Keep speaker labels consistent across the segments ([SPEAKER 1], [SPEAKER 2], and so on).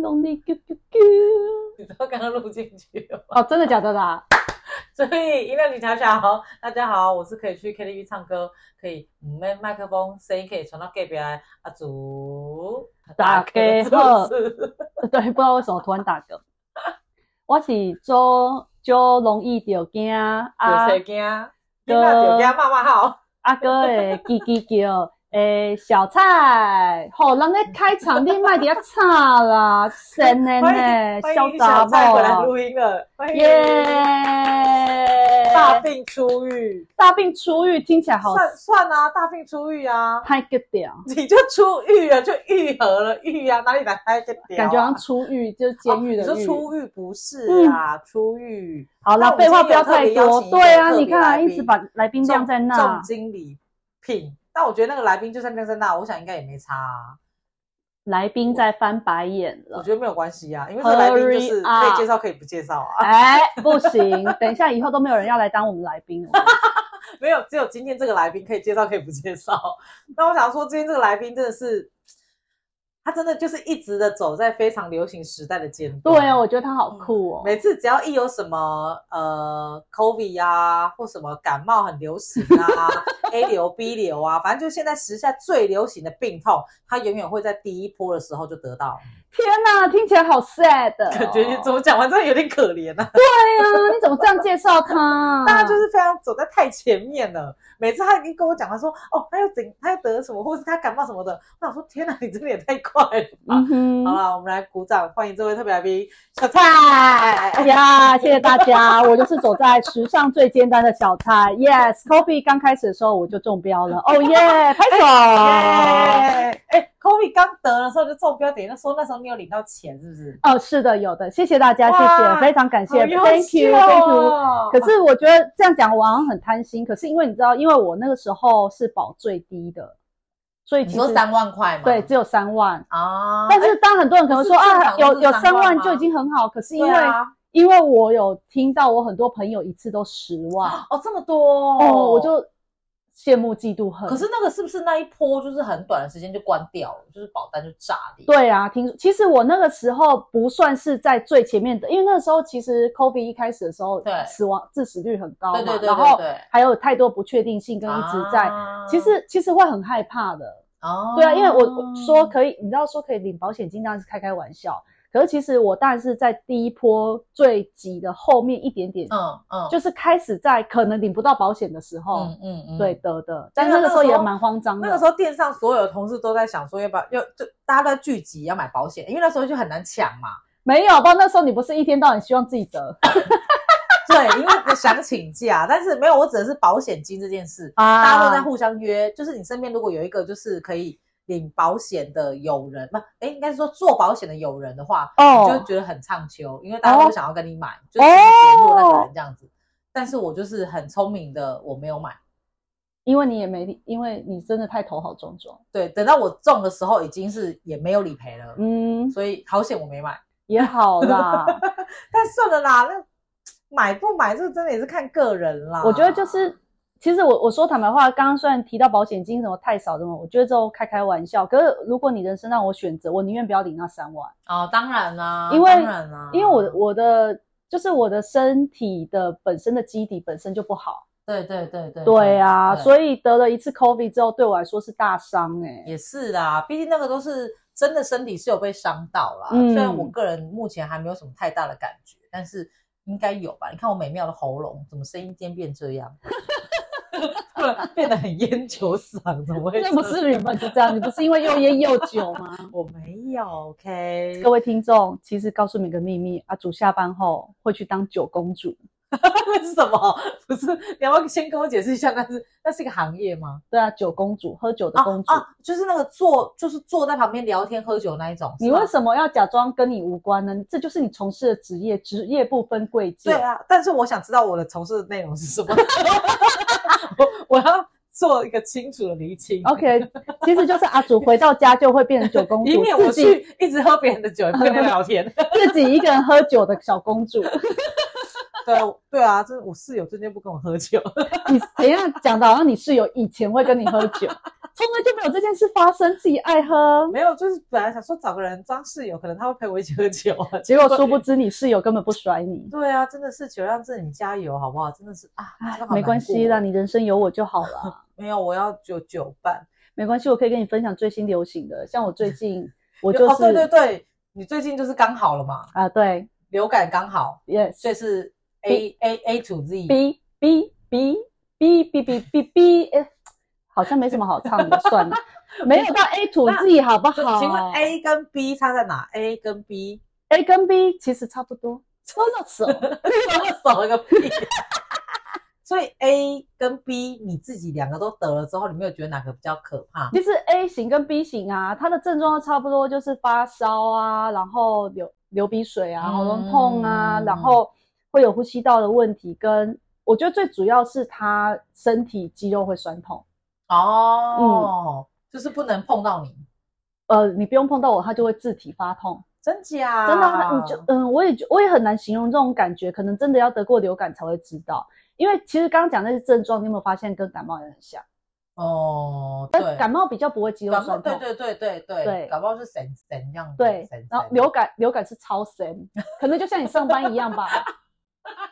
[SPEAKER 1] 弄你啾啾啾。
[SPEAKER 2] 你知道刚刚录进去了吗？
[SPEAKER 1] 哦，真的假的啦？
[SPEAKER 2] 所以音量警察小好，大家好，我是可以去 KTV 唱歌，可以嗯麦麦克风声音可以传到隔壁的阿祖，
[SPEAKER 1] 大家 好对，不知道为什么突然打嗝。我是做做容易着惊啊
[SPEAKER 2] 大家有谁惊？你那有惊骂骂号，
[SPEAKER 1] 啊哥诶，叽叽叫诶小菜，吼，人咧开场你卖伫遐吵啦，神的呢，
[SPEAKER 2] 欢
[SPEAKER 1] 小
[SPEAKER 2] 迎
[SPEAKER 1] 杂
[SPEAKER 2] 小蔡回来
[SPEAKER 1] 某，
[SPEAKER 2] 录音了，欢迎
[SPEAKER 1] 耶！
[SPEAKER 2] 大病初愈，
[SPEAKER 1] 大病初愈听起来好
[SPEAKER 2] 算算啊，大病初愈啊，
[SPEAKER 1] 太个屌，
[SPEAKER 2] 你就出狱了，就愈合了，愈啊，哪里来开个屌啊？
[SPEAKER 1] 感觉好像出狱就是监狱的
[SPEAKER 2] 哦你
[SPEAKER 1] 狱嗯
[SPEAKER 2] 说。出狱不是啊，出狱。
[SPEAKER 1] 好
[SPEAKER 2] 那
[SPEAKER 1] 了，
[SPEAKER 2] 我
[SPEAKER 1] 废
[SPEAKER 2] 们
[SPEAKER 1] 话
[SPEAKER 2] 今
[SPEAKER 1] 不要
[SPEAKER 2] 天有特
[SPEAKER 1] 太
[SPEAKER 2] 别
[SPEAKER 1] 多。
[SPEAKER 2] 邀请一
[SPEAKER 1] 对
[SPEAKER 2] 个
[SPEAKER 1] 啊，
[SPEAKER 2] 特
[SPEAKER 1] 你
[SPEAKER 2] 别
[SPEAKER 1] 看啊，
[SPEAKER 2] 来
[SPEAKER 1] 一直
[SPEAKER 2] 宾
[SPEAKER 1] 把来宾
[SPEAKER 2] 总
[SPEAKER 1] 晾在那
[SPEAKER 2] 总，经理聘，但我觉得那个来宾就算晾在那，我想应该也没差、啊，
[SPEAKER 1] 来宾在翻白眼
[SPEAKER 2] 我
[SPEAKER 1] 了。
[SPEAKER 2] 觉得没有关系啊，因为这个来宾就
[SPEAKER 1] Hurry
[SPEAKER 2] 是可
[SPEAKER 1] up
[SPEAKER 2] 以介绍可以不介绍啊，
[SPEAKER 1] 哎，不行，等一下以后都没有人要来当我们来宾 了。
[SPEAKER 2] 没有，只有今天这个来宾可以介绍可以不介 绍。那我想说，今天这个来宾真的是，他真的就是一直的走在非常流行时代的尖端。
[SPEAKER 1] 对啊，我觉得他好酷哦。
[SPEAKER 2] 每次只要一有什么呃 COVID 啊，或什么感冒很流行 啊，A 流 B 流啊，反正就现在时下最流行的病痛，它永远会在第一波的时候就得到。
[SPEAKER 1] 天哪，听起来好 sad 哦。
[SPEAKER 2] 感觉你怎么讲完真的有点可怜啊！
[SPEAKER 1] 对啊，你怎么这样介绍他？
[SPEAKER 2] 大家就是非常走在太前面了。每次他已经跟我讲，他说哦，他又怎，他又得什么，或是他感冒什么的，我想说天哪，你真的也太快了吧！
[SPEAKER 1] 嗯哼，
[SPEAKER 2] 好了，我们来鼓掌欢迎这位特别来宾小蔡。
[SPEAKER 1] 哎呀，谢谢大家！ 我就是走在时尚最尖端的小菜。Yes，Kobe 刚开始的时候我就中标了。哦耶，拍手！
[SPEAKER 2] 耶！哎，Kobe 刚得的时候就中标，等于说那时候你有领到钱，是不是？
[SPEAKER 1] 哦，是的，有的，谢谢大家，谢
[SPEAKER 2] 哇
[SPEAKER 1] 谢，非常感谢
[SPEAKER 2] 好优秀
[SPEAKER 1] ，Thank you，Thank you。
[SPEAKER 2] 哦
[SPEAKER 1] 可是我觉得这样讲我好像很贪心，可是因为你知道，因为我那个时候是保最低的，所以
[SPEAKER 2] 你
[SPEAKER 1] 其
[SPEAKER 2] 说
[SPEAKER 1] 实
[SPEAKER 2] 三万块吗？
[SPEAKER 1] 对只有三万。
[SPEAKER 2] 啊，
[SPEAKER 1] 但是当很多人可能说
[SPEAKER 2] 可是正常
[SPEAKER 1] 啊，
[SPEAKER 2] 都是
[SPEAKER 1] 有有
[SPEAKER 2] 3
[SPEAKER 1] 三
[SPEAKER 2] 万
[SPEAKER 1] 万
[SPEAKER 2] 吗
[SPEAKER 1] 就已经很好，可是因为
[SPEAKER 2] 对啊，
[SPEAKER 1] 因为我有听到我很多朋友一次都十万。
[SPEAKER 2] 哦这么多
[SPEAKER 1] 哦，我就羡慕嫉妒恨。
[SPEAKER 2] 可是那个是不是那一波就是很短的时间就关掉了，就是保单就炸裂？
[SPEAKER 1] 对啊，听说其实我那个时候不算是在最前面的，因为那个时候其实 COVID 一开始的时候，
[SPEAKER 2] 对
[SPEAKER 1] 死亡致死率很高嘛，
[SPEAKER 2] 对对对
[SPEAKER 1] 然
[SPEAKER 2] 对
[SPEAKER 1] 后
[SPEAKER 2] 对，
[SPEAKER 1] 还有太多不确定性跟一直在，
[SPEAKER 2] 啊
[SPEAKER 1] 其实其实会很害怕的。
[SPEAKER 2] 哦，
[SPEAKER 1] 对啊，因为我我说可以，你知道说可以领保险金，当然是开开玩笑。可是其实我当然是在第一波最急的后面一点点，
[SPEAKER 2] 嗯嗯，
[SPEAKER 1] 就是开始在可能领不到保险的时候，
[SPEAKER 2] 嗯嗯嗯，
[SPEAKER 1] 对。得的。
[SPEAKER 2] 对啊
[SPEAKER 1] 但那
[SPEAKER 2] 那
[SPEAKER 1] 个
[SPEAKER 2] 个
[SPEAKER 1] 时候
[SPEAKER 2] 时
[SPEAKER 1] 也
[SPEAKER 2] 候
[SPEAKER 1] 蛮慌张的。
[SPEAKER 2] 那个时候，店上所有的同事都在想说，要不要要就大家都在聚集要买保险，因为那时候就很难抢 嘛。
[SPEAKER 1] 没有吧？那时候你不是一天到晚希望自己得
[SPEAKER 2] 对，因为我想请假，但是没有，我指的是保险金这件事，
[SPEAKER 1] 啊
[SPEAKER 2] 大家都在互相约，就是你身边如果有一个就是可以领保险的友人，不，哎，应该是说做保险的友人的话，你就会
[SPEAKER 1] 哦
[SPEAKER 2] 觉得很畅秋，因为大家都
[SPEAKER 1] 哦
[SPEAKER 2] 想要跟你买，就是你节目那个人这样子。但是我就是很聪明的，我没有买。
[SPEAKER 1] 因为你也没，因为你真的太头好壮壮。
[SPEAKER 2] 对，等到我中的时候，已经是也没有理赔了，
[SPEAKER 1] 嗯，
[SPEAKER 2] 所以好险我没买。
[SPEAKER 1] 也好 啦。
[SPEAKER 2] 但算了啦，那买不买这个真的也是看个人啦。
[SPEAKER 1] 我觉得就是，其实我我说坦白话，刚刚虽然提到保险金什么太少什么，我觉得这都开开玩笑。可是如果你人生让我选择，我宁愿不要领那三万，
[SPEAKER 2] 哦，当然啦，
[SPEAKER 1] 因为
[SPEAKER 2] 当然啦，
[SPEAKER 1] 因为我我的就是我的身体的本身的基底本身就不好。
[SPEAKER 2] 对对对对，
[SPEAKER 1] 对啊，所
[SPEAKER 2] 以
[SPEAKER 1] 以得了一次 COVID 之后，对我来说是大伤哎、
[SPEAKER 2] 也是啦，毕竟那个都是真的身体是有被伤到啦。
[SPEAKER 1] 嗯
[SPEAKER 2] 虽然我个人目前还没有什么太大的感觉，但是应该有吧？你看我美妙的喉咙，怎么声音渐变这样？ 突然变得很烟酒嗓，怎么会？
[SPEAKER 1] 那不是你们就这样，你不是因为又烟又酒吗？
[SPEAKER 2] 我没有，OK？
[SPEAKER 1] 各位听众，其实告诉你们个秘密，阿祖下班后会去当九公主。
[SPEAKER 2] 那是什么？不是，你要不要先跟我解释一下？那是那是一个行业吗？
[SPEAKER 1] 对啊，九公主，喝酒的公主。
[SPEAKER 2] 啊啊，就是那个坐，就是坐在旁边聊天喝酒那一种。
[SPEAKER 1] 你
[SPEAKER 2] 是吗
[SPEAKER 1] 为什么要假装跟你无关呢？这就是你从事的职业，职业不分贵贱。
[SPEAKER 2] 对啊，但是我想知道我的从事的内容是什 么，我我 要做一个清楚的厘清
[SPEAKER 1] OK，其实就是阿祖回到家就会变成九 公主，
[SPEAKER 2] 以免我
[SPEAKER 1] 自己
[SPEAKER 2] 去一直喝别人的酒，也不跟他聊天。
[SPEAKER 1] 自己一个人喝酒的小公主。
[SPEAKER 2] 对啊对啊，这我室友最近不跟我喝酒，
[SPEAKER 1] 你等一下讲的好像你室友以前会跟你喝酒，从来就没有这件事发生，自己爱喝。
[SPEAKER 2] 没有，就是本来想说找个人当室友，可能他会陪我一起喝酒啊。
[SPEAKER 1] 结果殊不知你室友根本不甩你，
[SPEAKER 2] 对啊，真的是酒量自己加油，好不好？真的是啊，真的好
[SPEAKER 1] 没关系啦，
[SPEAKER 2] 难过。
[SPEAKER 1] 你人生有我就好了，
[SPEAKER 2] 没有，我要有酒伴。
[SPEAKER 1] 没关系，我可以跟你分享最新流行的，像我最近我
[SPEAKER 2] 我
[SPEAKER 1] 就是、
[SPEAKER 2] 哦，对对对，你最近就是刚好了嘛，
[SPEAKER 1] 啊对
[SPEAKER 2] 流感刚好，
[SPEAKER 1] ，yes
[SPEAKER 2] 所以是 A A A to Z。
[SPEAKER 1] b b b b b b b b，哎，好像没什么好唱的，算了，没有到 A to Z 好不
[SPEAKER 2] 就
[SPEAKER 1] 好？
[SPEAKER 2] 请问 A 跟 B 差在哪？A 跟 B，
[SPEAKER 1] A 跟 B 其实差不多，搓到手，
[SPEAKER 2] 少了个屁。所以 A 跟 B 你自己两个都得了之后，你没有觉得哪个比较可怕？
[SPEAKER 1] 其实 A 型跟 B 型啊，它的症状都差不多，就是发烧啊，然后流流鼻水啊，
[SPEAKER 2] 嗯
[SPEAKER 1] 喉咙痛啊，然后会有呼吸道的问题，跟我觉得最主要是他身体肌肉会酸痛。
[SPEAKER 2] 哦，就是不能碰到你，
[SPEAKER 1] 呃，你不用碰到我，它就会自体发痛，
[SPEAKER 2] 真假？
[SPEAKER 1] 真的啊、你就嗯，我也觉我也很难形容这种感觉，可能真的要得过流感才会知道。因为其实刚刚讲那些症状，你有没有发现跟感冒也很像？
[SPEAKER 2] 哦，对，
[SPEAKER 1] 感冒比较不会肌肉
[SPEAKER 2] 感冒，
[SPEAKER 1] 酸
[SPEAKER 2] 对
[SPEAKER 1] 痛，
[SPEAKER 2] 对对对对，
[SPEAKER 1] 对
[SPEAKER 2] 感冒是神神这样子，
[SPEAKER 1] 对
[SPEAKER 2] 神，
[SPEAKER 1] 然后流感流感是超神，可能就像你上班一样吧。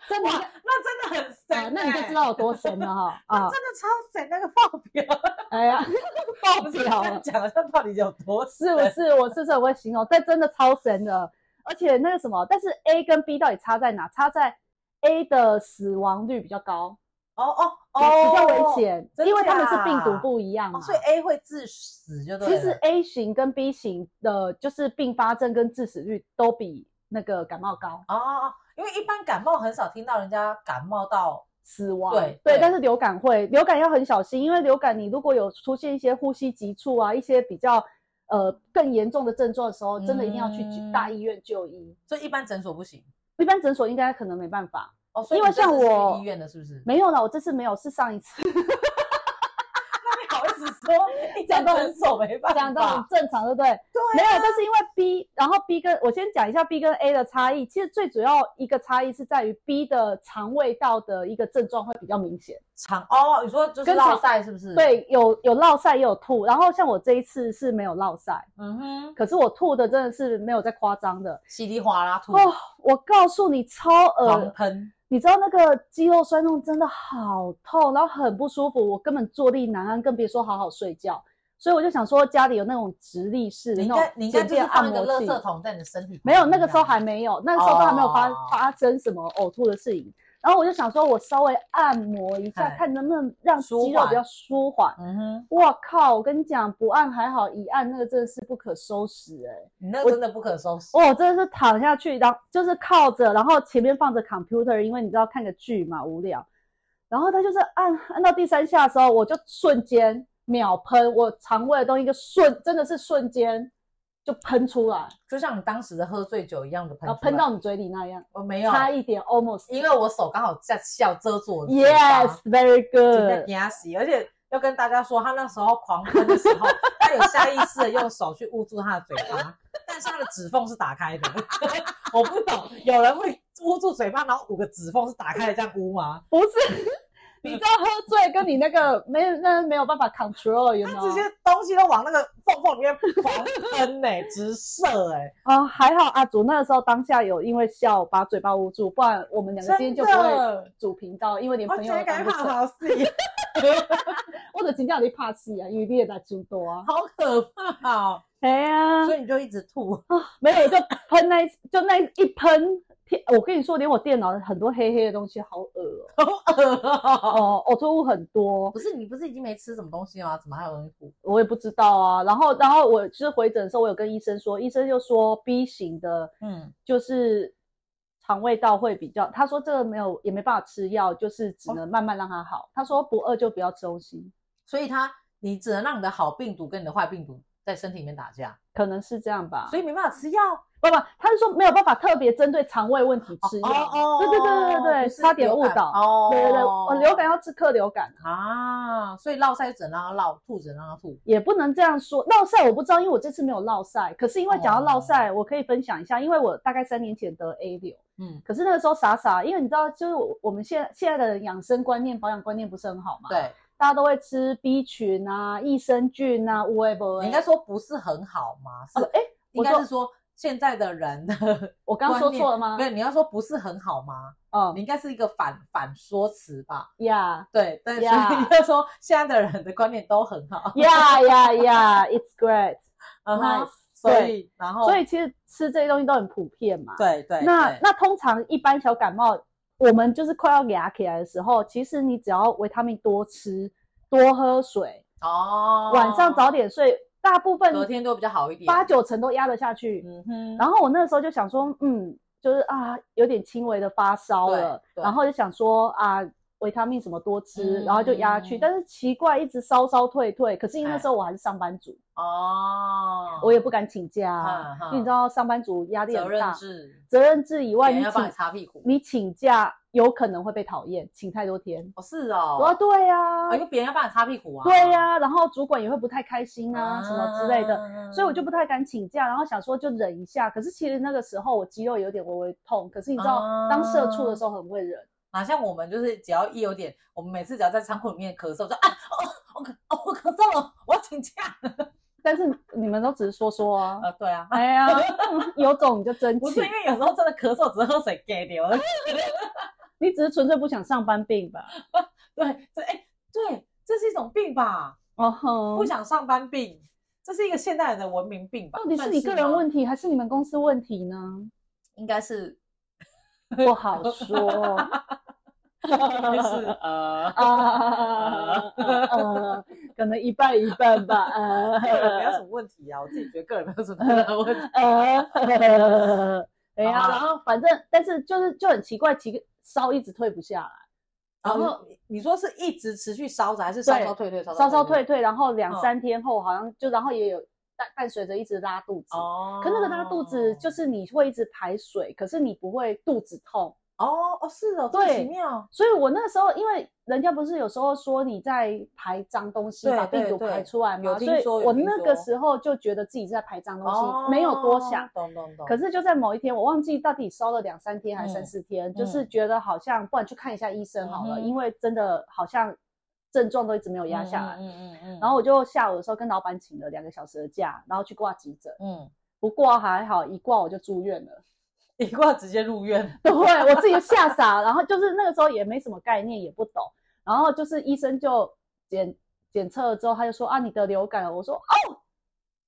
[SPEAKER 1] 真的
[SPEAKER 2] 哇
[SPEAKER 1] 啊、，
[SPEAKER 2] 那真的很神欸，
[SPEAKER 1] 那你就知道有多神了哈啊！
[SPEAKER 2] 真的超神那个报表，
[SPEAKER 1] 哎呀， 爆
[SPEAKER 2] 不是
[SPEAKER 1] 表了，
[SPEAKER 2] 讲的像到底有多
[SPEAKER 1] 是不
[SPEAKER 2] 神
[SPEAKER 1] 是？我是不是很会形容？但真的超神的，而且那个什么，但是 A 跟 B 到底差在哪？差在 A 的死亡率比较高，
[SPEAKER 2] 哦哦
[SPEAKER 1] 比
[SPEAKER 2] 哦，
[SPEAKER 1] 比较危险，
[SPEAKER 2] 真
[SPEAKER 1] 因为他们是
[SPEAKER 2] 假
[SPEAKER 1] 病毒不一样嘛
[SPEAKER 2] 哦，。所以 A 会致死就
[SPEAKER 1] 嗯
[SPEAKER 2] 对
[SPEAKER 1] 其
[SPEAKER 2] 了。
[SPEAKER 1] 实 A 型跟 B 型的，就是并发症跟致死率都比那个感冒高。
[SPEAKER 2] 哦哦，哦因为一般感冒很少听到人家感冒到
[SPEAKER 1] 死亡。
[SPEAKER 2] 对对
[SPEAKER 1] 但是流感会，流感要很小心，因为流感你如果有出现一些呼吸急促啊，一些比较呃更严重的症状的时候，真的一定要去
[SPEAKER 2] 嗯
[SPEAKER 1] 大医院就医。
[SPEAKER 2] 所以一般诊所不行
[SPEAKER 1] 一般诊所应该可能没办法，
[SPEAKER 2] 哦，所以
[SPEAKER 1] 因为
[SPEAKER 2] 你这次
[SPEAKER 1] 像
[SPEAKER 2] 是去
[SPEAKER 1] 我
[SPEAKER 2] 医院的是不是？
[SPEAKER 1] 没有了，我这次没有，是上一次
[SPEAKER 2] 那 你好意思说一家
[SPEAKER 1] 讲到
[SPEAKER 2] 诊所没办法，
[SPEAKER 1] 讲到很正常，对不对？没
[SPEAKER 2] 对
[SPEAKER 1] 有
[SPEAKER 2] 啊，，
[SPEAKER 1] 但是因为 B，然后 B 跟我先讲一下 B 跟 A 的差异，其实最主要一个差异是在于 B 的肠胃道的一个症状会比较明显。
[SPEAKER 2] 肠哦，你说就是
[SPEAKER 1] 跟肠
[SPEAKER 2] 落塞是不是？，
[SPEAKER 1] 对，有有落晒也有吐，然后像我这一次是没有落晒，
[SPEAKER 2] 嗯哼，
[SPEAKER 1] 可是我吐的真的是没有在夸张的，
[SPEAKER 2] 稀里哗啦吐，
[SPEAKER 1] 哦，呃我告诉你，超
[SPEAKER 2] 狂
[SPEAKER 1] 恶，
[SPEAKER 2] 喷，
[SPEAKER 1] 你知道那个肌肉酸痛真的好痛，然后很不舒服，我根本坐立难安，更别说好好睡觉。所以我就想说，家里有那种直立式的
[SPEAKER 2] 你
[SPEAKER 1] 那种
[SPEAKER 2] 应该你应该
[SPEAKER 1] 简
[SPEAKER 2] 就是
[SPEAKER 1] 便按
[SPEAKER 2] 放一个
[SPEAKER 1] 摩
[SPEAKER 2] 垃
[SPEAKER 1] 器，
[SPEAKER 2] 圾桶在你的身体旁边这
[SPEAKER 1] 没有，
[SPEAKER 2] 样，
[SPEAKER 1] 那个时候还没有，那个时候都还没有发、
[SPEAKER 2] 哦
[SPEAKER 1] 发生什么呕吐的事情。然后我就想说，我稍微按摩一下，
[SPEAKER 2] 嗨
[SPEAKER 1] 看能不能让肌
[SPEAKER 2] 哎舒
[SPEAKER 1] 肉比
[SPEAKER 2] 缓
[SPEAKER 1] 较舒缓。
[SPEAKER 2] 嗯哼，
[SPEAKER 1] 我靠！我跟你讲，不按还好，一按那个真的是不可收拾哎、
[SPEAKER 2] 你那个真的不可收拾，
[SPEAKER 1] 哦，真的是躺下去，然后就是靠着，然后前面放着 computer，因为你知道看个剧嘛，无聊。然后他就是按按到第三下的时候，我就瞬间秒喷，我肠胃的东西就瞬真的是瞬间就喷出来，
[SPEAKER 2] 就像你当时的喝醉酒一样的喷
[SPEAKER 1] 然后
[SPEAKER 2] 出
[SPEAKER 1] 哦喷
[SPEAKER 2] 来
[SPEAKER 1] 到你嘴里那样，
[SPEAKER 2] 我没有，
[SPEAKER 1] 差一点 almost。
[SPEAKER 2] 因为我手刚好在笑遮住我的嘴巴
[SPEAKER 1] Yes, very
[SPEAKER 2] 就在
[SPEAKER 1] good。
[SPEAKER 2] 压洗，而且要跟大家说，他那时候狂喷的时候， 他有下意识的用手去捂住他的嘴巴，但是他的指缝是打开的。 我不懂，有人会捂住嘴巴，然后五个指缝是打开的这样捂吗？
[SPEAKER 1] 不是， 你知道喝醉跟你那个没有那没有办法 control，有没
[SPEAKER 2] 他
[SPEAKER 1] 有？
[SPEAKER 2] 直接东西都往那个缝缝里面狂喷呢、直射哎、
[SPEAKER 1] 啊、还好阿祖那个时候当下有因为笑把嘴巴捂住，不然我们两个今天就不
[SPEAKER 2] 真
[SPEAKER 1] 会
[SPEAKER 2] 的
[SPEAKER 1] 主频道，因为连
[SPEAKER 2] 我
[SPEAKER 1] 朋友
[SPEAKER 2] 觉
[SPEAKER 1] 都
[SPEAKER 2] 得感
[SPEAKER 1] 当
[SPEAKER 2] 觉
[SPEAKER 1] 不
[SPEAKER 2] 好
[SPEAKER 1] 成。
[SPEAKER 2] 好戏，
[SPEAKER 1] 我的请教你怕死啊，因为你也在诸多啊。
[SPEAKER 2] 好可怕哦！
[SPEAKER 1] 哎呀、
[SPEAKER 2] 所以你就一直吐，
[SPEAKER 1] 没有就喷那一就那一喷，天我跟你说，连我电脑很多黑黑的东西好恶
[SPEAKER 2] 好恶哦、
[SPEAKER 1] 哦，哦，呕吐物很多，
[SPEAKER 2] 不是你不是已经没吃什么东西吗？怎么还有东西吐？
[SPEAKER 1] 我也不知道啊。然后然后我就是回诊的时候，我有跟医生说，医生就说 B 型的
[SPEAKER 2] 嗯，
[SPEAKER 1] 就是肠胃道会比较，他说这个没有也没办法吃药，就是只能慢慢让它好。他说不饿就不要吃东西，
[SPEAKER 2] 所以它你只能让你的好病毒跟你的坏病毒在身体里面打架，
[SPEAKER 1] 可能是这样吧。
[SPEAKER 2] 所以没办法吃药。
[SPEAKER 1] 不不，他是说没有办法特别针对肠胃问题吃药。对对对对对
[SPEAKER 2] 不是
[SPEAKER 1] 对，差点误
[SPEAKER 2] 流感
[SPEAKER 1] 导。
[SPEAKER 2] 哦，
[SPEAKER 1] 对对对，我流感要吃克流感啊，
[SPEAKER 2] 啊，所以落腮只能让它落，吐只能让它吐。
[SPEAKER 1] 也不能这样说。落晒我不知道，因为我这次没有落晒。可是因为讲到落晒，我可以分享一下，因为我大概三年前得 A 流。
[SPEAKER 2] 嗯，
[SPEAKER 1] 可是那个时候傻傻，因为你知道，就是我我们现在现在的养生观念、保养观念不是很好嘛，
[SPEAKER 2] 对，
[SPEAKER 1] 大家都会吃 B 群啊、益生菌啊、乌龟
[SPEAKER 2] 你应该说不是很好嘛，是
[SPEAKER 1] 哎，
[SPEAKER 2] 应
[SPEAKER 1] 我
[SPEAKER 2] 该
[SPEAKER 1] 说
[SPEAKER 2] 是说现在的人的
[SPEAKER 1] 我刚刚说错了吗
[SPEAKER 2] 观念不？是，你要说不是很好吗？
[SPEAKER 1] 嗯
[SPEAKER 2] 你应该是一个反反说辞吧？
[SPEAKER 1] 呀
[SPEAKER 2] 对，但是
[SPEAKER 1] Yeah
[SPEAKER 2] 你要说现在的人的观念都很好，
[SPEAKER 1] 呀呀呀，It's great。
[SPEAKER 2] 嗯哼
[SPEAKER 1] Nice
[SPEAKER 2] 所以然后
[SPEAKER 1] 所以其实吃这些东西都很普遍嘛。
[SPEAKER 2] 哦对对，
[SPEAKER 1] 那
[SPEAKER 2] 对
[SPEAKER 1] 那通常一般小感冒，我们就是快要牙起来的时候，其实你只要维他命多吃、多喝水，
[SPEAKER 2] 哦，
[SPEAKER 1] 晚上早点睡，大部分
[SPEAKER 2] 隔天都比较好一点，
[SPEAKER 1] 八九成都压得下去。
[SPEAKER 2] 嗯哼，
[SPEAKER 1] 然后我那时候就想说，嗯，就是啊，有点轻微的发烧了，
[SPEAKER 2] 对对
[SPEAKER 1] 然后就想说啊，维他命什么多吃，
[SPEAKER 2] 嗯
[SPEAKER 1] 然后就压下去。但是奇怪，一直烧烧退退。可是因为那时候我还是上班族，
[SPEAKER 2] 哦，
[SPEAKER 1] 我也不敢请假、啊，
[SPEAKER 2] 嗯
[SPEAKER 1] 因为你知道上班族压力
[SPEAKER 2] 责
[SPEAKER 1] 很
[SPEAKER 2] 任
[SPEAKER 1] 大，
[SPEAKER 2] 制，
[SPEAKER 1] 责任制以外，
[SPEAKER 2] 别人
[SPEAKER 1] 你
[SPEAKER 2] 要帮你
[SPEAKER 1] 请
[SPEAKER 2] 擦屁股，
[SPEAKER 1] 你请假有可能会被讨厌，请太多天。
[SPEAKER 2] 哦是
[SPEAKER 1] 我说
[SPEAKER 2] 哦，
[SPEAKER 1] 对呀、
[SPEAKER 2] 啊因为别人要帮你擦屁股啊，
[SPEAKER 1] 对呀、然后主管也会不太开心啊，什么之类的。
[SPEAKER 2] 的
[SPEAKER 1] 所以我就不太敢请假，然后想说就忍一下。可是其实那个时候我肌肉有点微微痛，可是你知道，
[SPEAKER 2] 啊
[SPEAKER 1] 当社畜的时候很会忍。
[SPEAKER 2] 哪像我们就是只要一有点，我们每次只要在仓库里面咳嗽，就啊哦我咳哦我咳嗽了，我要 请假。
[SPEAKER 1] 但是你们都只是说说啊，
[SPEAKER 2] 呃，对啊，
[SPEAKER 1] 哎 呀，嗯有种你就争
[SPEAKER 2] 不
[SPEAKER 1] 气
[SPEAKER 2] 是因，为有时候真的咳嗽，只是喝水给流了。
[SPEAKER 1] 你只是纯粹不想上班病吧？
[SPEAKER 2] 对，这哎对，这是一种病吧？
[SPEAKER 1] 哦吼，
[SPEAKER 2] 不想上班病，这是一个现代人的文明病吧？
[SPEAKER 1] 到底是
[SPEAKER 2] 算
[SPEAKER 1] 你个人
[SPEAKER 2] 吗
[SPEAKER 1] 问题还是你们公司问题呢？
[SPEAKER 2] 应该是
[SPEAKER 1] 不好说
[SPEAKER 2] 应该是呃。
[SPEAKER 1] 啊，呃可能一半一半吧。
[SPEAKER 2] 个人没有什
[SPEAKER 1] 呃
[SPEAKER 2] 么问题啊，我自己觉得个人没有什么太大的问题。
[SPEAKER 1] 呃，哎呀，
[SPEAKER 2] 好吧
[SPEAKER 1] 然后反正但是就是就很奇怪，其烧一直退不下来，然
[SPEAKER 2] 然后
[SPEAKER 1] 后
[SPEAKER 2] 你说是一直持续烧着，还是烧烧退退、烧
[SPEAKER 1] 烧烧退
[SPEAKER 2] 退？
[SPEAKER 1] 退，然后两
[SPEAKER 2] 嗯
[SPEAKER 1] 三天后好像就然后也有伴伴随着一直拉肚子。
[SPEAKER 2] 哦，
[SPEAKER 1] 可那个拉肚子就是你会一直排水，可是你不会肚子痛，
[SPEAKER 2] 哦哦是哦，这
[SPEAKER 1] 对
[SPEAKER 2] 么奇妙。
[SPEAKER 1] 所以我那时候，因为人家不是有时候说你在排脏东西，
[SPEAKER 2] 对
[SPEAKER 1] 把病
[SPEAKER 2] 对
[SPEAKER 1] 毒
[SPEAKER 2] 对
[SPEAKER 1] 排出来
[SPEAKER 2] 有
[SPEAKER 1] 嘛，
[SPEAKER 2] 听
[SPEAKER 1] 所以
[SPEAKER 2] 说有
[SPEAKER 1] 我
[SPEAKER 2] 听
[SPEAKER 1] 那
[SPEAKER 2] 说哦
[SPEAKER 1] 个时候就觉得自己是在排脏东西，没有多想。
[SPEAKER 2] 懂懂懂。
[SPEAKER 1] 可是就在某一天，我忘记到底烧了两三天还是三
[SPEAKER 2] 嗯
[SPEAKER 1] 四天，就是觉得好像不然去看一下医生好了，
[SPEAKER 2] 嗯哼
[SPEAKER 1] 因为真的好像症状都一直没有压下来。
[SPEAKER 2] 嗯嗯嗯。
[SPEAKER 1] 然后我就下午的时候跟老板请了两个小时的假，然后去挂急诊。
[SPEAKER 2] 嗯，
[SPEAKER 1] 不挂还好，一挂我就住院了。
[SPEAKER 2] 一挂直接入院。
[SPEAKER 1] 对我自己就吓傻，然后就是那个时候也没什么概念，也不懂，然后就是医生就检检测了之后，他就说啊你得流感了，我说哦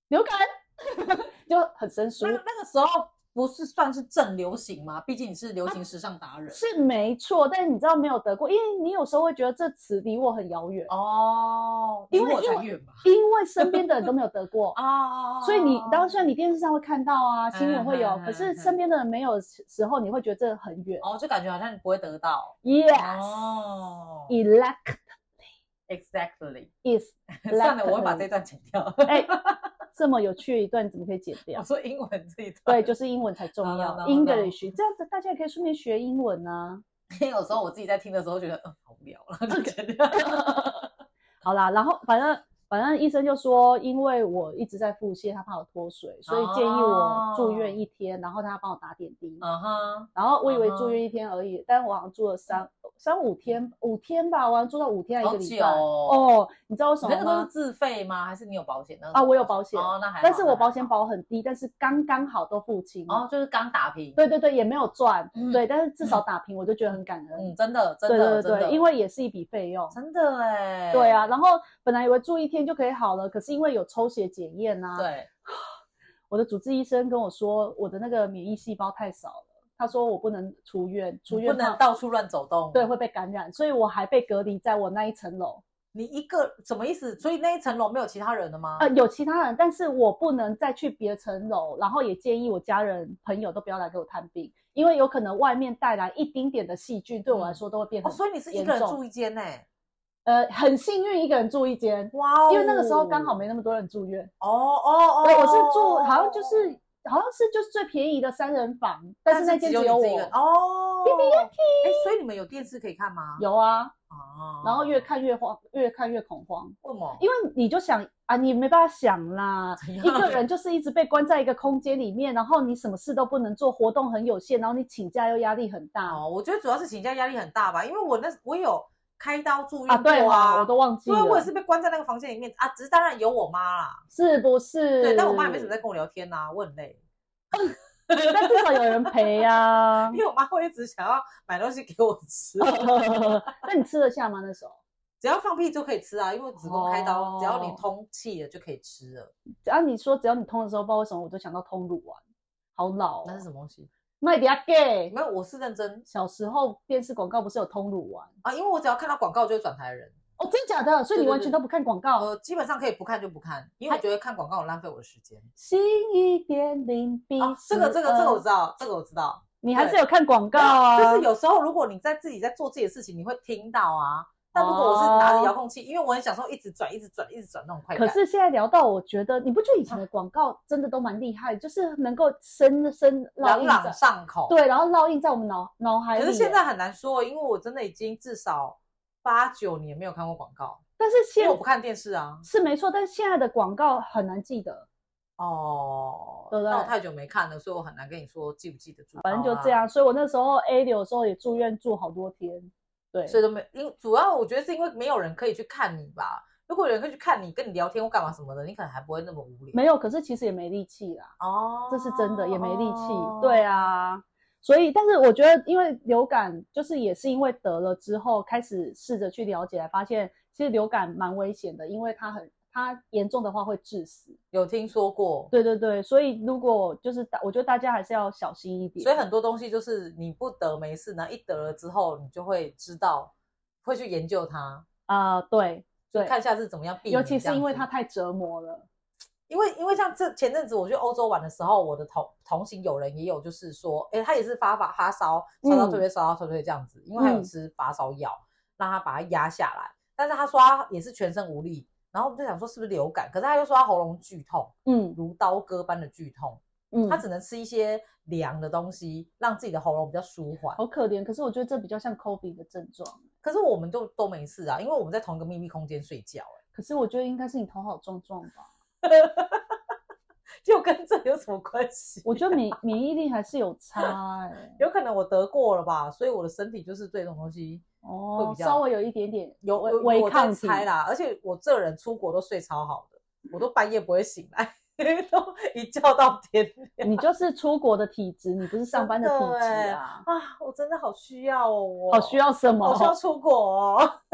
[SPEAKER 1] 流感， 就很生疏
[SPEAKER 2] 那，那个时候不是算是正流行吗？毕竟你是流行时尚达人。
[SPEAKER 1] 是没错，但是你知道没有得过，因为你有时候会觉得这词离我很遥远，
[SPEAKER 2] 哦，
[SPEAKER 1] 因为
[SPEAKER 2] 离我
[SPEAKER 1] 因
[SPEAKER 2] 才
[SPEAKER 1] 为
[SPEAKER 2] 远吧。
[SPEAKER 1] 因为身边的人都没有得过。
[SPEAKER 2] 啊
[SPEAKER 1] 所以你当然虽然你电视上会看到啊，新闻会有，
[SPEAKER 2] 嗯嗯嗯
[SPEAKER 1] 可是身边的人没有的时时候，你会觉得这很远。
[SPEAKER 2] 哦，就感觉好像你不会得到。
[SPEAKER 1] Yes,
[SPEAKER 2] 哦
[SPEAKER 1] elect
[SPEAKER 2] ，exactly。
[SPEAKER 1] is
[SPEAKER 2] 算了，我会把
[SPEAKER 1] elected
[SPEAKER 2] 这段剪掉。
[SPEAKER 1] 哎，这么有趣的一段，你怎么可以剪
[SPEAKER 2] 我
[SPEAKER 1] 掉？
[SPEAKER 2] 说英文这一段
[SPEAKER 1] 对，，就是英文才重要
[SPEAKER 2] No, no, no, no.
[SPEAKER 1] ，English 这样子大家也可以顺便学英文啊。
[SPEAKER 2] 因为有时候我自己在听的时候觉得，嗯，好无聊，然后就剪掉。
[SPEAKER 1] 好啦，然后反正反正医生就说，因为我一直在腹泻，他怕我脱水，所以建议我住院一天，然后他帮我打点滴。
[SPEAKER 2] 哦嗯哼，
[SPEAKER 1] 然后我以为
[SPEAKER 2] 嗯哼
[SPEAKER 1] 住院一天而已，但我好像住了三三五天，五天吧，我好像住到五天还一个礼拜。
[SPEAKER 2] 好久哦
[SPEAKER 1] 哦，你知道为 什
[SPEAKER 2] 你
[SPEAKER 1] 么
[SPEAKER 2] 那个都是
[SPEAKER 1] 吗？
[SPEAKER 2] 自费吗？还是你有保险？那个
[SPEAKER 1] 啊，我有保险，
[SPEAKER 2] 哦，那还好
[SPEAKER 1] 但是我保险。
[SPEAKER 2] 那还好
[SPEAKER 1] 保很低，但是刚刚好都付清。
[SPEAKER 2] 哦，就是刚打平。
[SPEAKER 1] 对对对，也没有赚，
[SPEAKER 2] 嗯
[SPEAKER 1] 对，但是至少打平，我就觉得很感恩。
[SPEAKER 2] 嗯，真的，真
[SPEAKER 1] 对
[SPEAKER 2] 的，
[SPEAKER 1] 对
[SPEAKER 2] 真
[SPEAKER 1] 对
[SPEAKER 2] 的，
[SPEAKER 1] 对，因为也是一笔费用。
[SPEAKER 2] 真的哎，
[SPEAKER 1] 对啊，，然后本来以为住一天就可以好了，可是因为有抽血检验啊，
[SPEAKER 2] 对，
[SPEAKER 1] 我的主治医生跟我说，我的那个免疫细胞太少了，他说我不能出院，出
[SPEAKER 2] 不
[SPEAKER 1] 院
[SPEAKER 2] 能
[SPEAKER 1] 怕
[SPEAKER 2] 到处乱走动。
[SPEAKER 1] 对，会被感染，所以我还被隔离在我那一层楼。
[SPEAKER 2] 你一个什么意思？所以那一层楼没有其他人了吗？
[SPEAKER 1] 呃，有其他人，但是我不能再去别层楼，然后也建议我家人朋友都不要来给我探病，因为有可能外面带来一丁点的细菌，对我来说都会变
[SPEAKER 2] 哦，
[SPEAKER 1] 很
[SPEAKER 2] 所以你是一个人
[SPEAKER 1] 严重
[SPEAKER 2] 住一间欸呢？哦
[SPEAKER 1] 呃，很幸运一个人住一间，
[SPEAKER 2] 哇哦，
[SPEAKER 1] 因为那个时候刚好没那么多人住院。
[SPEAKER 2] 哦哦哦，
[SPEAKER 1] 对，我是住好像就是好像是就是最便宜的三人房，但是那间只有
[SPEAKER 2] 你
[SPEAKER 1] 我
[SPEAKER 2] 自己一个人哦。
[SPEAKER 1] 哔哔
[SPEAKER 2] 哎，所以你们有电视可以看吗？
[SPEAKER 1] 有啊，
[SPEAKER 2] 哦，
[SPEAKER 1] 然后越看越慌，越看越恐慌，
[SPEAKER 2] 为什么？
[SPEAKER 1] 因为你就想啊，你没办法想 啦，
[SPEAKER 2] 怎样
[SPEAKER 1] 一个人就是一直被关在一个空间里面，然后你什么事都不能做，活动很有限，然后你请假又压力很大。
[SPEAKER 2] 哦哦，我觉得主要是请假压力很大吧，因为我那我有开刀住
[SPEAKER 1] 啊，
[SPEAKER 2] 院
[SPEAKER 1] 对
[SPEAKER 2] 过
[SPEAKER 1] 啦，
[SPEAKER 2] 啊，
[SPEAKER 1] 我都忘记
[SPEAKER 2] 因
[SPEAKER 1] 了，
[SPEAKER 2] 为我也是被关在那个房间里面啊，只是当然有我妈啦，
[SPEAKER 1] 是不是？
[SPEAKER 2] 对，但我妈也没怎 么在跟我聊天呐、我很累，
[SPEAKER 1] 但至少有人陪呀、
[SPEAKER 2] 因为我妈会一直想要买东西给我吃，
[SPEAKER 1] 那你吃得下吗？那时候
[SPEAKER 2] 只要放屁就可以吃啊，因为子宫开刀，
[SPEAKER 1] 哦
[SPEAKER 2] 只要你通气了就可以吃了。
[SPEAKER 1] 只啊要你说只要你通的时候，不知道为什么我就想到通乳丸，好老、
[SPEAKER 2] 那是
[SPEAKER 1] 哦。
[SPEAKER 2] 什么东西？
[SPEAKER 1] 麦迪亚 gay，
[SPEAKER 2] 没有，我是认真
[SPEAKER 1] 小时候电视广告不是有通乳丸？
[SPEAKER 2] 啊，因为我只要看到广告就会转台的人，
[SPEAKER 1] 哦，真假的？所以你
[SPEAKER 2] 对对呃
[SPEAKER 1] 完全都不看广告？
[SPEAKER 2] 我基本上可以不看就不看，因为我觉得看广告很浪费我的时间。
[SPEAKER 1] 新一点零比、
[SPEAKER 2] 啊，这个这个这
[SPEAKER 1] 呃
[SPEAKER 2] 个我知，道，这个我知道。
[SPEAKER 1] 你还是有看广告啊？
[SPEAKER 2] 就是有时候如果你在自己在做自己的事情，你会听到啊。但如果我是拿着遥控器，因为我很享受一直转、一直转、一直转那种快
[SPEAKER 1] 哦可
[SPEAKER 2] 感。
[SPEAKER 1] 是现在聊到，我觉得你不觉得以前
[SPEAKER 2] 啊
[SPEAKER 1] 的广告真的都蛮厉害，就是能够深深烙
[SPEAKER 2] 朗
[SPEAKER 1] 印
[SPEAKER 2] 朗
[SPEAKER 1] 在
[SPEAKER 2] 上口。，
[SPEAKER 1] 对，然后烙印在我们脑脑海里
[SPEAKER 2] 可
[SPEAKER 1] 耶。
[SPEAKER 2] 是现在很难说，因为我真的已经至少八九年没有看过广告，
[SPEAKER 1] 但是
[SPEAKER 2] 因
[SPEAKER 1] 现
[SPEAKER 2] 为我不看电视啊。
[SPEAKER 1] 是没错，但是现在的广告很难记得，
[SPEAKER 2] 哦，
[SPEAKER 1] 对不对
[SPEAKER 2] 那我太久没看了，所以我很难跟你说记不记得住。哦
[SPEAKER 1] 反正就这
[SPEAKER 2] 好
[SPEAKER 1] 样。所以我那时候 A 流的时候也住院住好多天，对
[SPEAKER 2] 啦，，所以都没，因为主要我觉得是因为没有人可以去看你吧。如果有人可以去看你，跟你聊天或干嘛什么的，你可能还不会那么无聊。
[SPEAKER 1] 没有，可是其实也没力气啦，
[SPEAKER 2] 哦，
[SPEAKER 1] 这是真的，也没力气。
[SPEAKER 2] 哦
[SPEAKER 1] 对啊，所以但是我觉得，因为流感就是也是因为得了之后开始试着去了解，才发现其实流感蛮危险的，因为它很它严重的话会致死。
[SPEAKER 2] 有听说过。
[SPEAKER 1] 对对对，所以如果就是大，我觉得大家还是要小心一点。
[SPEAKER 2] 所以很多东西就是你不得没事呢，一得了之后你就会知道，会去研究它，
[SPEAKER 1] 啊、对
[SPEAKER 2] 就
[SPEAKER 1] 对，
[SPEAKER 2] 看下次怎么样避免。
[SPEAKER 1] 尤其是因为它
[SPEAKER 2] 这样子，
[SPEAKER 1] 太折磨了。
[SPEAKER 2] 因为因为像这前阵子我去欧洲玩的时候，我的同同行友人也有就是说，诶，他也是发发发烧，烧到
[SPEAKER 1] 嗯
[SPEAKER 2] 退退，烧到退退这样子，因为他有
[SPEAKER 1] 嗯
[SPEAKER 2] 吃发烧药，让他把它压下来，但是他说他也是全身无力，然后我们就想说是不是流感，可是他又说他喉咙剧痛，
[SPEAKER 1] 嗯
[SPEAKER 2] 如刀割般的剧痛，
[SPEAKER 1] 嗯，
[SPEAKER 2] 他只能吃一些凉的东西，让自己的喉咙比较舒缓。
[SPEAKER 1] 好可怜，可是我觉得这比较像 COVID 的症状。
[SPEAKER 2] 可是我们就都没事啊，因为我们在同一个秘密空间睡觉、欸，
[SPEAKER 1] 可是我觉得应该是你头好壮壮吧？
[SPEAKER 2] 就跟这有什么关系？
[SPEAKER 1] 我觉得免免疫力还是有差哎、
[SPEAKER 2] 有可能我得过了吧，所以我的身体就是对这种东西会
[SPEAKER 1] 哦，
[SPEAKER 2] 比较
[SPEAKER 1] 稍微有一点 点
[SPEAKER 2] 有
[SPEAKER 1] 微
[SPEAKER 2] 我
[SPEAKER 1] 微
[SPEAKER 2] 我
[SPEAKER 1] 抗
[SPEAKER 2] 在
[SPEAKER 1] 体
[SPEAKER 2] 猜啦。而且我这人出国都睡超好的，我都半夜不会醒来， 因为都一觉到天亮
[SPEAKER 1] 你就是出国的体质，你不是上班的体
[SPEAKER 2] 真的
[SPEAKER 1] 质
[SPEAKER 2] 欸
[SPEAKER 1] 啊。
[SPEAKER 2] 啊！我真的好需要哦，我
[SPEAKER 1] 好需，要什么
[SPEAKER 2] 好？需要出国哦，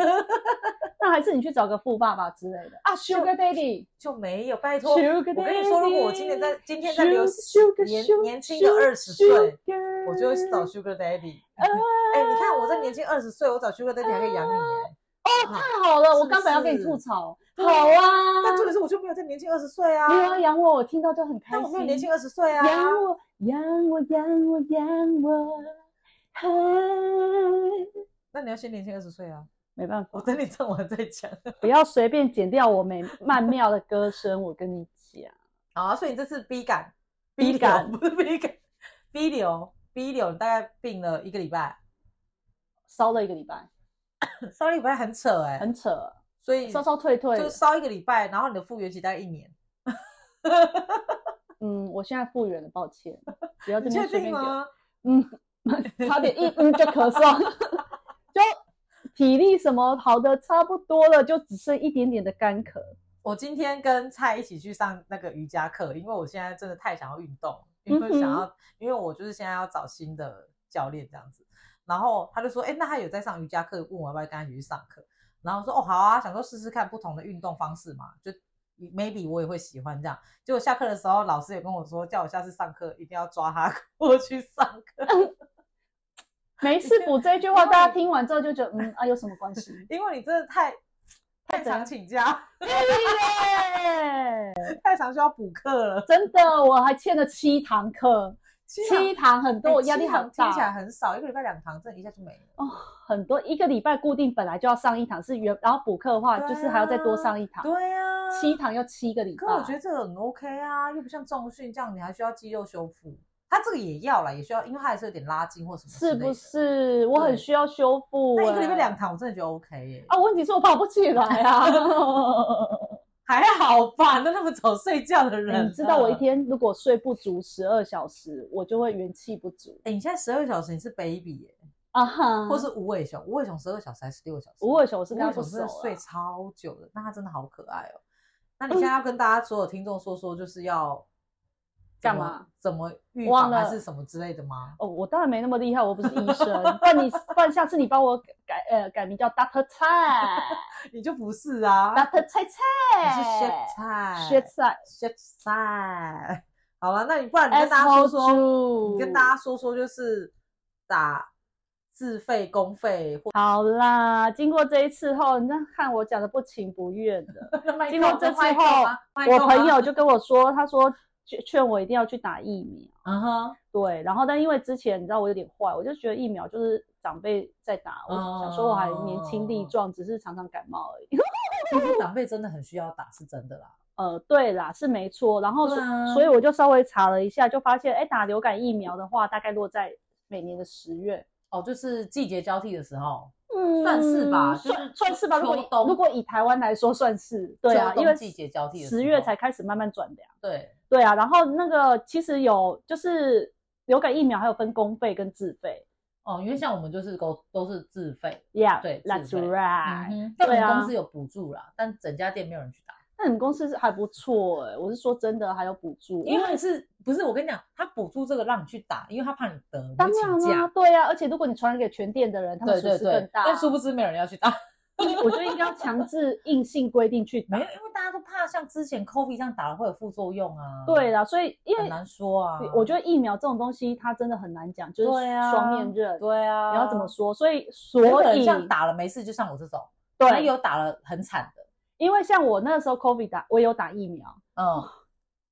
[SPEAKER 1] 那还是你去找个富爸爸之类的啊，Sugar Daddy，
[SPEAKER 2] 就没有拜托。
[SPEAKER 1] Sugar
[SPEAKER 2] 我
[SPEAKER 1] Daddy。
[SPEAKER 2] 跟你说，如果我今年在今天在流
[SPEAKER 1] Sugar-
[SPEAKER 2] 年
[SPEAKER 1] Sugar-
[SPEAKER 2] 年轻的二十岁，
[SPEAKER 1] Sugar
[SPEAKER 2] 我就会去找 Sugar Daddy。
[SPEAKER 1] 啊
[SPEAKER 2] 哎、你看我在年轻二十岁，我找 Sugar Daddy 还可以养你耶。哦，
[SPEAKER 1] 太好了，
[SPEAKER 2] 是
[SPEAKER 1] 我
[SPEAKER 2] 不
[SPEAKER 1] 刚本来要跟你
[SPEAKER 2] 是
[SPEAKER 1] 吐槽，
[SPEAKER 2] 对
[SPEAKER 1] 好啊，
[SPEAKER 2] 但重点是我就没有在年轻二十岁啊
[SPEAKER 1] 没，有要养我，我听到就很开
[SPEAKER 2] 但我没有
[SPEAKER 1] 心。
[SPEAKER 2] 年轻二十岁啊。
[SPEAKER 1] 养我，养我，养我，养我，嗨，
[SPEAKER 2] 那你要先年轻二十岁啊，
[SPEAKER 1] 没办
[SPEAKER 2] 我
[SPEAKER 1] 法，
[SPEAKER 2] 等你 唱完再讲。
[SPEAKER 1] 不要随便剪掉我美曼妙的歌声，我跟你讲，
[SPEAKER 2] 好啊，所以你这次 B 感
[SPEAKER 1] B
[SPEAKER 2] 流
[SPEAKER 1] 感
[SPEAKER 2] 不是 B 感 B 流 B 流，你大概病了一个礼拜，
[SPEAKER 1] 烧了一个礼拜，
[SPEAKER 2] 烧一个礼拜很扯哎、
[SPEAKER 1] 很扯，
[SPEAKER 2] 所以
[SPEAKER 1] 烧烧退退
[SPEAKER 2] 就。烧一个礼拜，然后你的复原期大概一年，
[SPEAKER 1] 嗯，我现在复原了，抱歉，不要这
[SPEAKER 2] 你
[SPEAKER 1] 边
[SPEAKER 2] 确
[SPEAKER 1] 随
[SPEAKER 2] 定
[SPEAKER 1] 便点，
[SPEAKER 2] 吗？
[SPEAKER 1] 差点一嗯就咳嗽，就体力什么好的差不多了，就只剩一点点的干咳。
[SPEAKER 2] 我今天跟蔡一起去上那个瑜伽课，因为我现在真的太想要运动，
[SPEAKER 1] 嗯
[SPEAKER 2] 因为想要，因为我就是现在要找新的教练这样子。然后他就说，哎、那他有在上瑜伽课，问我要不要跟他一起去上课。然后我说，哦，好啊，想说试试看不同的运动方式嘛，就 maybe 我也会喜欢这样。结果下课的时候，老师也跟我说，叫我下次上课一定要抓他过去上课，
[SPEAKER 1] 没事补这句话，大家听完之后就觉得嗯啊有什么关 系？
[SPEAKER 2] 因为你真的太太
[SPEAKER 1] 怎样
[SPEAKER 2] 常请假，
[SPEAKER 1] 耶！
[SPEAKER 2] 太常需要补课了。
[SPEAKER 1] 真的，我还欠了七堂课，
[SPEAKER 2] 七哎
[SPEAKER 1] 七堂很多，我压力
[SPEAKER 2] 七堂
[SPEAKER 1] 很
[SPEAKER 2] 听起来
[SPEAKER 1] 大。
[SPEAKER 2] 很少，一个礼拜两堂，真的一下就没了。
[SPEAKER 1] 哦，很多一个礼拜固定本来就要上一堂，是原然后补课的话，
[SPEAKER 2] 对啊
[SPEAKER 1] 就是还要再多上一堂，
[SPEAKER 2] 对啊，
[SPEAKER 1] 七。堂要七个礼拜。
[SPEAKER 2] 可我觉得这个很 OK 啊，又不像重训这样，你还需要肌肉修复。它这个也要啦，也需要，因为它还是有点拉筋或什么之
[SPEAKER 1] 是
[SPEAKER 2] 类的
[SPEAKER 1] 不？是？我很需要修复、
[SPEAKER 2] 那
[SPEAKER 1] 欸。
[SPEAKER 2] 一个礼拜两堂，我真的觉得 OK 耶、
[SPEAKER 1] 啊？问题是我爬不起来啊！
[SPEAKER 2] 还好吧？那那么早睡觉的人，嗯
[SPEAKER 1] 你嗯知道我一，天如果睡不足十二小时，我就会元气不足
[SPEAKER 2] 哎、你现在十二小时你是 baby 耶、
[SPEAKER 1] 啊哈，
[SPEAKER 2] 或是无尾熊，无尾熊十二小时还是十六小时？
[SPEAKER 1] 无尾熊是
[SPEAKER 2] 无
[SPEAKER 1] 跟它
[SPEAKER 2] 尾
[SPEAKER 1] 不
[SPEAKER 2] 熊
[SPEAKER 1] 熟啊
[SPEAKER 2] 真的睡
[SPEAKER 1] 了，
[SPEAKER 2] 超久的，那它真的好可爱哦。 那你现在要跟大家所有听众说说，就是要怎
[SPEAKER 1] 干
[SPEAKER 2] 么
[SPEAKER 1] 嘛？
[SPEAKER 2] 怎么预
[SPEAKER 1] 忘
[SPEAKER 2] 防还
[SPEAKER 1] 了
[SPEAKER 2] 是什么之类的吗？
[SPEAKER 1] 哦，我当然没那么厉害，我不是医生。 不然你，不然下次你帮我改呃改名叫 Doctor 菜
[SPEAKER 2] 你就不是啊，
[SPEAKER 1] ，Doctor 菜
[SPEAKER 2] 你是雪
[SPEAKER 1] 菜，
[SPEAKER 2] 菜，
[SPEAKER 1] 学菜
[SPEAKER 2] 雪菜。好了，那你不然你跟
[SPEAKER 1] ，S
[SPEAKER 2] 大家
[SPEAKER 1] O
[SPEAKER 2] 说说，
[SPEAKER 1] 猪，
[SPEAKER 2] 你跟大家说说，就是 打自费、公费或
[SPEAKER 1] 好啦。经过这一次后，你看我讲的不情不愿 的，经过这次
[SPEAKER 2] 卖
[SPEAKER 1] 后
[SPEAKER 2] 够吗卖
[SPEAKER 1] 我
[SPEAKER 2] 够吗
[SPEAKER 1] 朋友就跟我说，他说劝劝我一定要去打疫苗。
[SPEAKER 2] 嗯哼，
[SPEAKER 1] 对，然后但因为之前你知道我有点坏，我就觉得疫苗就是长辈在打，我
[SPEAKER 2] 哦
[SPEAKER 1] 想说我还年轻力壮，只是常常感冒而已。
[SPEAKER 2] 其实长辈真的很需要打，是真的啦。
[SPEAKER 1] 呃，对啦，是没错。然后所、
[SPEAKER 2] 对啊
[SPEAKER 1] 所以我就稍微查了一下，就发现，哎，打流感疫苗的话，大概落在每年的十月，
[SPEAKER 2] 哦，就是季节交替的时候，
[SPEAKER 1] 嗯
[SPEAKER 2] 算是吧就是
[SPEAKER 1] 算算是吧。如果
[SPEAKER 2] 秋冬
[SPEAKER 1] 以如果以台湾来说，算是对啊，
[SPEAKER 2] 秋冬
[SPEAKER 1] 因为
[SPEAKER 2] 季节交替的时候
[SPEAKER 1] 十月才开始慢慢转凉。
[SPEAKER 2] 对，
[SPEAKER 1] 对啊，然后那个其实有就是流感疫苗还有分公费跟自费
[SPEAKER 2] 哦，因为像我们就是都都是自费，
[SPEAKER 1] ，Yeah，
[SPEAKER 2] 对自
[SPEAKER 1] that's
[SPEAKER 2] 费
[SPEAKER 1] right、
[SPEAKER 2] 嗯哼，但我
[SPEAKER 1] 对
[SPEAKER 2] 们
[SPEAKER 1] 啊
[SPEAKER 2] 公司有补助啦，但整家店没有人去打，
[SPEAKER 1] 那你们公司是还不错哎、我是说真的还有补助，
[SPEAKER 2] 因为是不是我跟你讲，他补助这个让你去打，因为他怕你得，你
[SPEAKER 1] 当
[SPEAKER 2] 会请
[SPEAKER 1] 然
[SPEAKER 2] 假，
[SPEAKER 1] 啦、对啊呀、而且如果你传染给全店的人，他们
[SPEAKER 2] 对
[SPEAKER 1] 损
[SPEAKER 2] 对
[SPEAKER 1] 失
[SPEAKER 2] 对
[SPEAKER 1] 更，大。啊
[SPEAKER 2] 但殊不知没有人要去打，
[SPEAKER 1] 我觉得应该要强制硬性规定去打
[SPEAKER 2] 没有，。因为大家都怕像之前 COVID 这样打了会有副作用啊，
[SPEAKER 1] 对，啦，所以因
[SPEAKER 2] 很
[SPEAKER 1] 为
[SPEAKER 2] 难说啊，
[SPEAKER 1] 我觉得疫苗这种东西它真的很难讲，就是
[SPEAKER 2] 对啊
[SPEAKER 1] 双面刃，
[SPEAKER 2] 对啊，
[SPEAKER 1] 你要怎么说？所以
[SPEAKER 2] 有
[SPEAKER 1] 所
[SPEAKER 2] 的人
[SPEAKER 1] 以
[SPEAKER 2] 像打了没事，就像我这种，那
[SPEAKER 1] 对，
[SPEAKER 2] 有打了很惨的，
[SPEAKER 1] 因为像我那时候 COVID 打，我有打疫苗，
[SPEAKER 2] 嗯，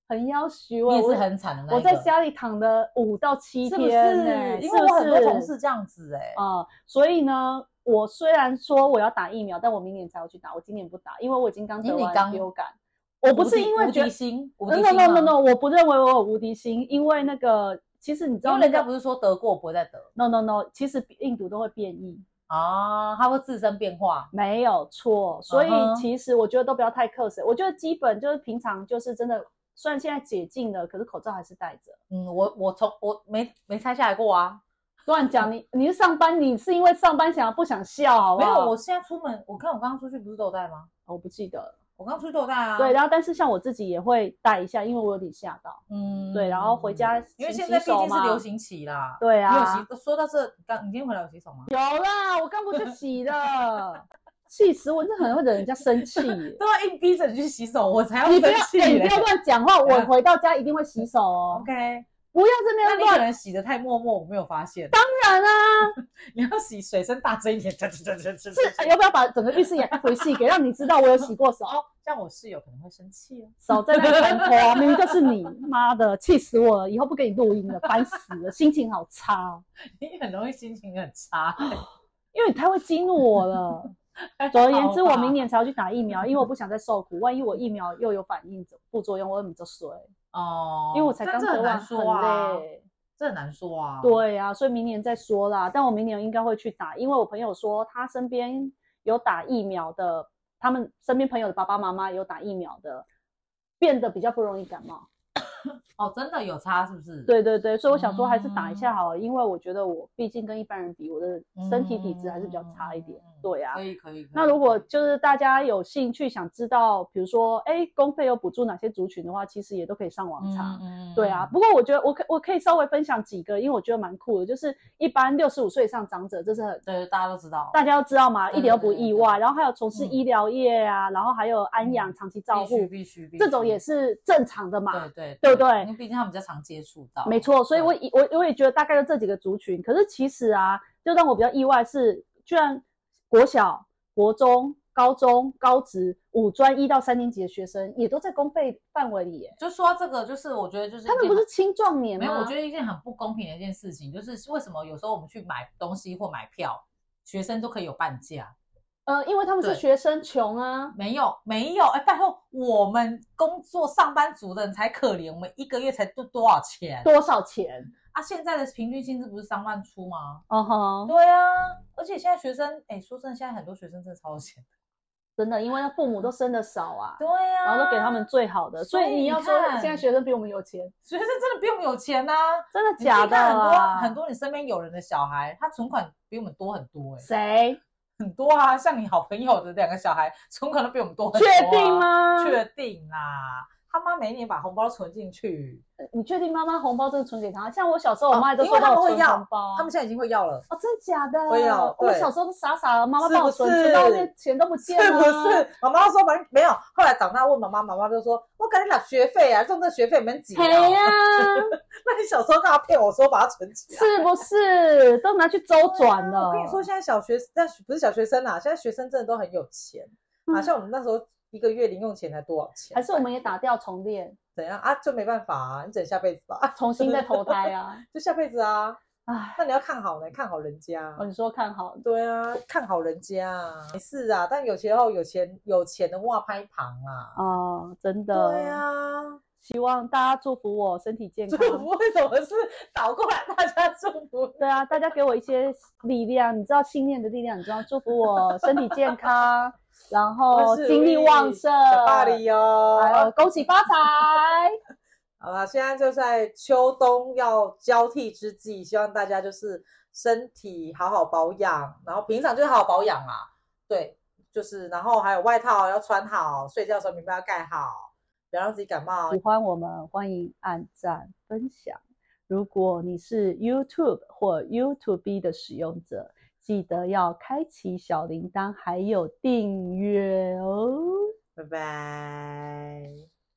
[SPEAKER 1] 很要虚
[SPEAKER 2] 你
[SPEAKER 1] 伪，
[SPEAKER 2] 也
[SPEAKER 1] 我
[SPEAKER 2] 是很惨的那一个
[SPEAKER 1] 我在家里躺了五到七
[SPEAKER 2] 是不是
[SPEAKER 1] 天呢、
[SPEAKER 2] 因
[SPEAKER 1] 是
[SPEAKER 2] 为我
[SPEAKER 1] 不
[SPEAKER 2] 很多
[SPEAKER 1] 是
[SPEAKER 2] 同事这样子哎、
[SPEAKER 1] 呃，所以呢，我虽然说我要打疫苗，但我明年才要去打，我今年不打，因为我已经刚得
[SPEAKER 2] 因为你
[SPEAKER 1] 完
[SPEAKER 2] 刚
[SPEAKER 1] 流感。我不是因为
[SPEAKER 2] 无
[SPEAKER 1] 觉
[SPEAKER 2] 敌
[SPEAKER 1] 得呃
[SPEAKER 2] 心，无敌
[SPEAKER 1] ，no
[SPEAKER 2] 心
[SPEAKER 1] no no no
[SPEAKER 2] 吗
[SPEAKER 1] no，我不认为我有无敌心，因为那个其实你知
[SPEAKER 2] 因
[SPEAKER 1] 道
[SPEAKER 2] 为
[SPEAKER 1] 那
[SPEAKER 2] 人
[SPEAKER 1] 个，
[SPEAKER 2] 家不是说得过不会再得
[SPEAKER 1] no no no，其实病毒都会变异，
[SPEAKER 2] 啊，它会自身变化。
[SPEAKER 1] 没有错。所以
[SPEAKER 2] 嗯哼
[SPEAKER 1] 其实我觉得都不要太 cos，我觉得基本就是平常就是真的，虽然现在解禁了，可是口罩还是戴着。
[SPEAKER 2] 嗯，我我从我没没拆下来过啊，
[SPEAKER 1] 乱讲，你你是上班，你是因为上班想要不想笑，好不
[SPEAKER 2] 没
[SPEAKER 1] 好？
[SPEAKER 2] 有。我现在出门，我看我刚刚出去不是都有带吗？
[SPEAKER 1] 我不记得了。
[SPEAKER 2] 我刚出去都有带啊。
[SPEAKER 1] 对，，然后但是像我自己也会戴一下，因为我有点吓到。
[SPEAKER 2] 嗯
[SPEAKER 1] 对然后回家
[SPEAKER 2] 因为
[SPEAKER 1] 勤
[SPEAKER 2] 现
[SPEAKER 1] 洗
[SPEAKER 2] 在毕
[SPEAKER 1] 手
[SPEAKER 2] 竟是
[SPEAKER 1] 嘛
[SPEAKER 2] 流行期啦。
[SPEAKER 1] 对
[SPEAKER 2] 你有
[SPEAKER 1] 啊，
[SPEAKER 2] 洗？说到这，刚你今天回来有洗手吗？
[SPEAKER 1] 有啦，我刚不就洗了，气死我！这很会惹人家生 气耶。
[SPEAKER 2] 都要硬逼着你去洗手，我才要
[SPEAKER 1] 你不
[SPEAKER 2] 生
[SPEAKER 1] 要，
[SPEAKER 2] 气
[SPEAKER 1] 哎你不
[SPEAKER 2] 嘞
[SPEAKER 1] 要乱讲话。
[SPEAKER 2] 等一
[SPEAKER 1] 我
[SPEAKER 2] 下
[SPEAKER 1] 回到家一定会洗手哦，
[SPEAKER 2] OK，
[SPEAKER 1] 不要这
[SPEAKER 2] 那
[SPEAKER 1] 边
[SPEAKER 2] 你可
[SPEAKER 1] 乱
[SPEAKER 2] 能洗的太默默，我没有发现。
[SPEAKER 1] 讲啊！
[SPEAKER 2] 你要洗水声大声一点，
[SPEAKER 1] 是哎要不要把整个浴室也回细给，让你知道我有洗过手？
[SPEAKER 2] 哦，这样我室友可能会生气哦。
[SPEAKER 1] 手在那边拖，明明就是你，妈的，气死我了！以后不给你录音了，烦死了，心情好差哦。
[SPEAKER 2] 你很容易心情很差。
[SPEAKER 1] 因为你太会激怒我 了。总而言之，我明年才要去打疫苗，因为我不想再受苦。万一我疫苗又有反应、副作用，我怎么就衰？
[SPEAKER 2] 哦，
[SPEAKER 1] 因为我才
[SPEAKER 2] 但
[SPEAKER 1] 刚得
[SPEAKER 2] 这很
[SPEAKER 1] 完，
[SPEAKER 2] 难
[SPEAKER 1] 很
[SPEAKER 2] 说啊，
[SPEAKER 1] 累。
[SPEAKER 2] 这很难说啊。，
[SPEAKER 1] 对啊，所以明年再说啦。但我明年应该会去打，因为我朋友说他身边有打疫苗的，他们身边朋友的爸爸妈妈有打疫苗的，变得比较不容易感冒。
[SPEAKER 2] 哦，真的有差是不是？，
[SPEAKER 1] 对对对，所以我想说还是打一
[SPEAKER 2] 嗯
[SPEAKER 1] 下好了，因为我觉得我毕竟跟一般人比，我的身体体质还是比较差一点。对啊
[SPEAKER 2] 可，嗯以可以。可以哦
[SPEAKER 1] 那如果就是大家有兴趣想知道，比如说，哎，公费有补助哪些族群的话，其实也都可以上网查。，
[SPEAKER 2] 嗯
[SPEAKER 1] 对啊，，不过我觉得我可我可以稍微分享几个，因为我觉得蛮酷的，就是一般六十五岁以上长者，这是很
[SPEAKER 2] 嗯对，大家都知道，
[SPEAKER 1] 大家都知道嘛，
[SPEAKER 2] 对
[SPEAKER 1] 一点都不意外。
[SPEAKER 2] 对对对
[SPEAKER 1] 然后还有从事
[SPEAKER 2] 嗯
[SPEAKER 1] 医疗业啊，然后还有安养、长期照
[SPEAKER 2] 必须
[SPEAKER 1] 护，
[SPEAKER 2] 必须必须，
[SPEAKER 1] 这种也是正常的嘛
[SPEAKER 2] 对。对
[SPEAKER 1] 对不对
[SPEAKER 2] 因为毕竟他们比较常接触到，
[SPEAKER 1] 没错，所以
[SPEAKER 2] 对
[SPEAKER 1] 我以我我也觉得大概就这几个族群。可是其实啊，就让我比较意外是，居然国小、国中、高中、高职、五专一到三年级的学生也都在公费范围里耶。
[SPEAKER 2] 就说到这个，就是我觉得就是
[SPEAKER 1] 他们
[SPEAKER 2] 一件
[SPEAKER 1] 不是青壮年吗？
[SPEAKER 2] 没有，我觉得一件很不公平的一件事情，就是为什么有时候我们去买东西或买票，学生都可以有半价。
[SPEAKER 1] 呃，因为他们是
[SPEAKER 2] 对
[SPEAKER 1] 学生，穷啊。
[SPEAKER 2] 没有，没有，哎，拜托，我们工作上班族的人才可怜，我们一个月才多多少钱
[SPEAKER 1] 多少钱？
[SPEAKER 2] 啊？现在的平均薪资不是三万出吗？
[SPEAKER 1] 哦吼，
[SPEAKER 2] 对啊，而且现在学生，哎，说真的，现在很多学生真的超有钱，
[SPEAKER 1] 真的，因为那父母都生的少啊，
[SPEAKER 2] 对呀、
[SPEAKER 1] 然后都给他们，最好的，所
[SPEAKER 2] 所以
[SPEAKER 1] 以你要说
[SPEAKER 2] 你看
[SPEAKER 1] 现在学生比我们有钱，
[SPEAKER 2] 学生真的比我们有钱呐、啊。
[SPEAKER 1] 真的
[SPEAKER 2] 你 自己
[SPEAKER 1] 假的
[SPEAKER 2] 看很多
[SPEAKER 1] 啊？
[SPEAKER 2] 很多你身边有人的小孩，他存款比我们多很多哎、
[SPEAKER 1] 谁
[SPEAKER 2] 很多啊，像你好朋友的两个小孩，存款都比我们多很多、啊
[SPEAKER 1] 确定？吗？
[SPEAKER 2] 确定啦，他妈每一年把红包存进去，
[SPEAKER 1] 你确定妈妈红包真的存给他？像我小时候，我
[SPEAKER 2] 哦
[SPEAKER 1] 妈也都
[SPEAKER 2] 因
[SPEAKER 1] 说
[SPEAKER 2] 为他
[SPEAKER 1] 到
[SPEAKER 2] 们
[SPEAKER 1] 我
[SPEAKER 2] 会
[SPEAKER 1] 存
[SPEAKER 2] 要
[SPEAKER 1] 红包，啊
[SPEAKER 2] 他们现在已经会要了，
[SPEAKER 1] 哦，真的假的？
[SPEAKER 2] 会要
[SPEAKER 1] 我
[SPEAKER 2] 对
[SPEAKER 1] 小时候都傻傻的，妈妈
[SPEAKER 2] 是
[SPEAKER 1] 帮我
[SPEAKER 2] 不
[SPEAKER 1] 存，
[SPEAKER 2] 是
[SPEAKER 1] 存到那钱都不
[SPEAKER 2] 是
[SPEAKER 1] 见了，啊
[SPEAKER 2] 不是？妈妈说没没有，后来长大问妈妈，妈妈就说：“我给你拿学费啊，种这学费没几啊。
[SPEAKER 1] 赔呀、
[SPEAKER 2] 那你小时候干嘛骗我说把它存起来？
[SPEAKER 1] 是不是？都拿去周转
[SPEAKER 2] 对啊
[SPEAKER 1] 了。
[SPEAKER 2] 我跟你说，，现在小学但不是小学生啦，现在学生真的都很有钱，
[SPEAKER 1] 嗯
[SPEAKER 2] 啊，像我们那时候一个月零用钱才多少钱？哎
[SPEAKER 1] 还是我们也打掉重练，
[SPEAKER 2] 怎样啊？就没办法啊，你整下辈子吧， 啊，
[SPEAKER 1] 重新再投胎 啊！
[SPEAKER 2] 就下辈子啊。
[SPEAKER 1] 哎，
[SPEAKER 2] 那你要看好呢，看好人家。
[SPEAKER 1] 哦，你说看好，
[SPEAKER 2] 对啊，看好人家啊，没事啊。但有时候有钱有钱的哇拍旁啊，
[SPEAKER 1] 哦，真的，
[SPEAKER 2] 对啊。
[SPEAKER 1] 希望大家祝福我身体健
[SPEAKER 2] 祝
[SPEAKER 1] 康。
[SPEAKER 2] 福为什么是倒过来大家祝福？
[SPEAKER 1] 对啊，大家给我一些力量，你知道信念的力量，你知道，祝福我身体健康，然后
[SPEAKER 2] 万事
[SPEAKER 1] 哦精力
[SPEAKER 2] 如意
[SPEAKER 1] 旺盛，哎
[SPEAKER 2] 小巴黎
[SPEAKER 1] 还有
[SPEAKER 2] 哦。
[SPEAKER 1] 恭喜发财。
[SPEAKER 2] 好了，现在就在秋冬要交替之际，希望大家就是身体好好保养，然后平常就是好好保养啦。对，就是然后还有外套要穿好，睡觉的时候棉被要盖好，不要让自己感冒
[SPEAKER 1] 喜。欢我们，欢迎按赞分享。如果你是 YouTube 或 YouTube 的使用者，记得要开启小铃铛，还有订阅哦。
[SPEAKER 2] 拜拜。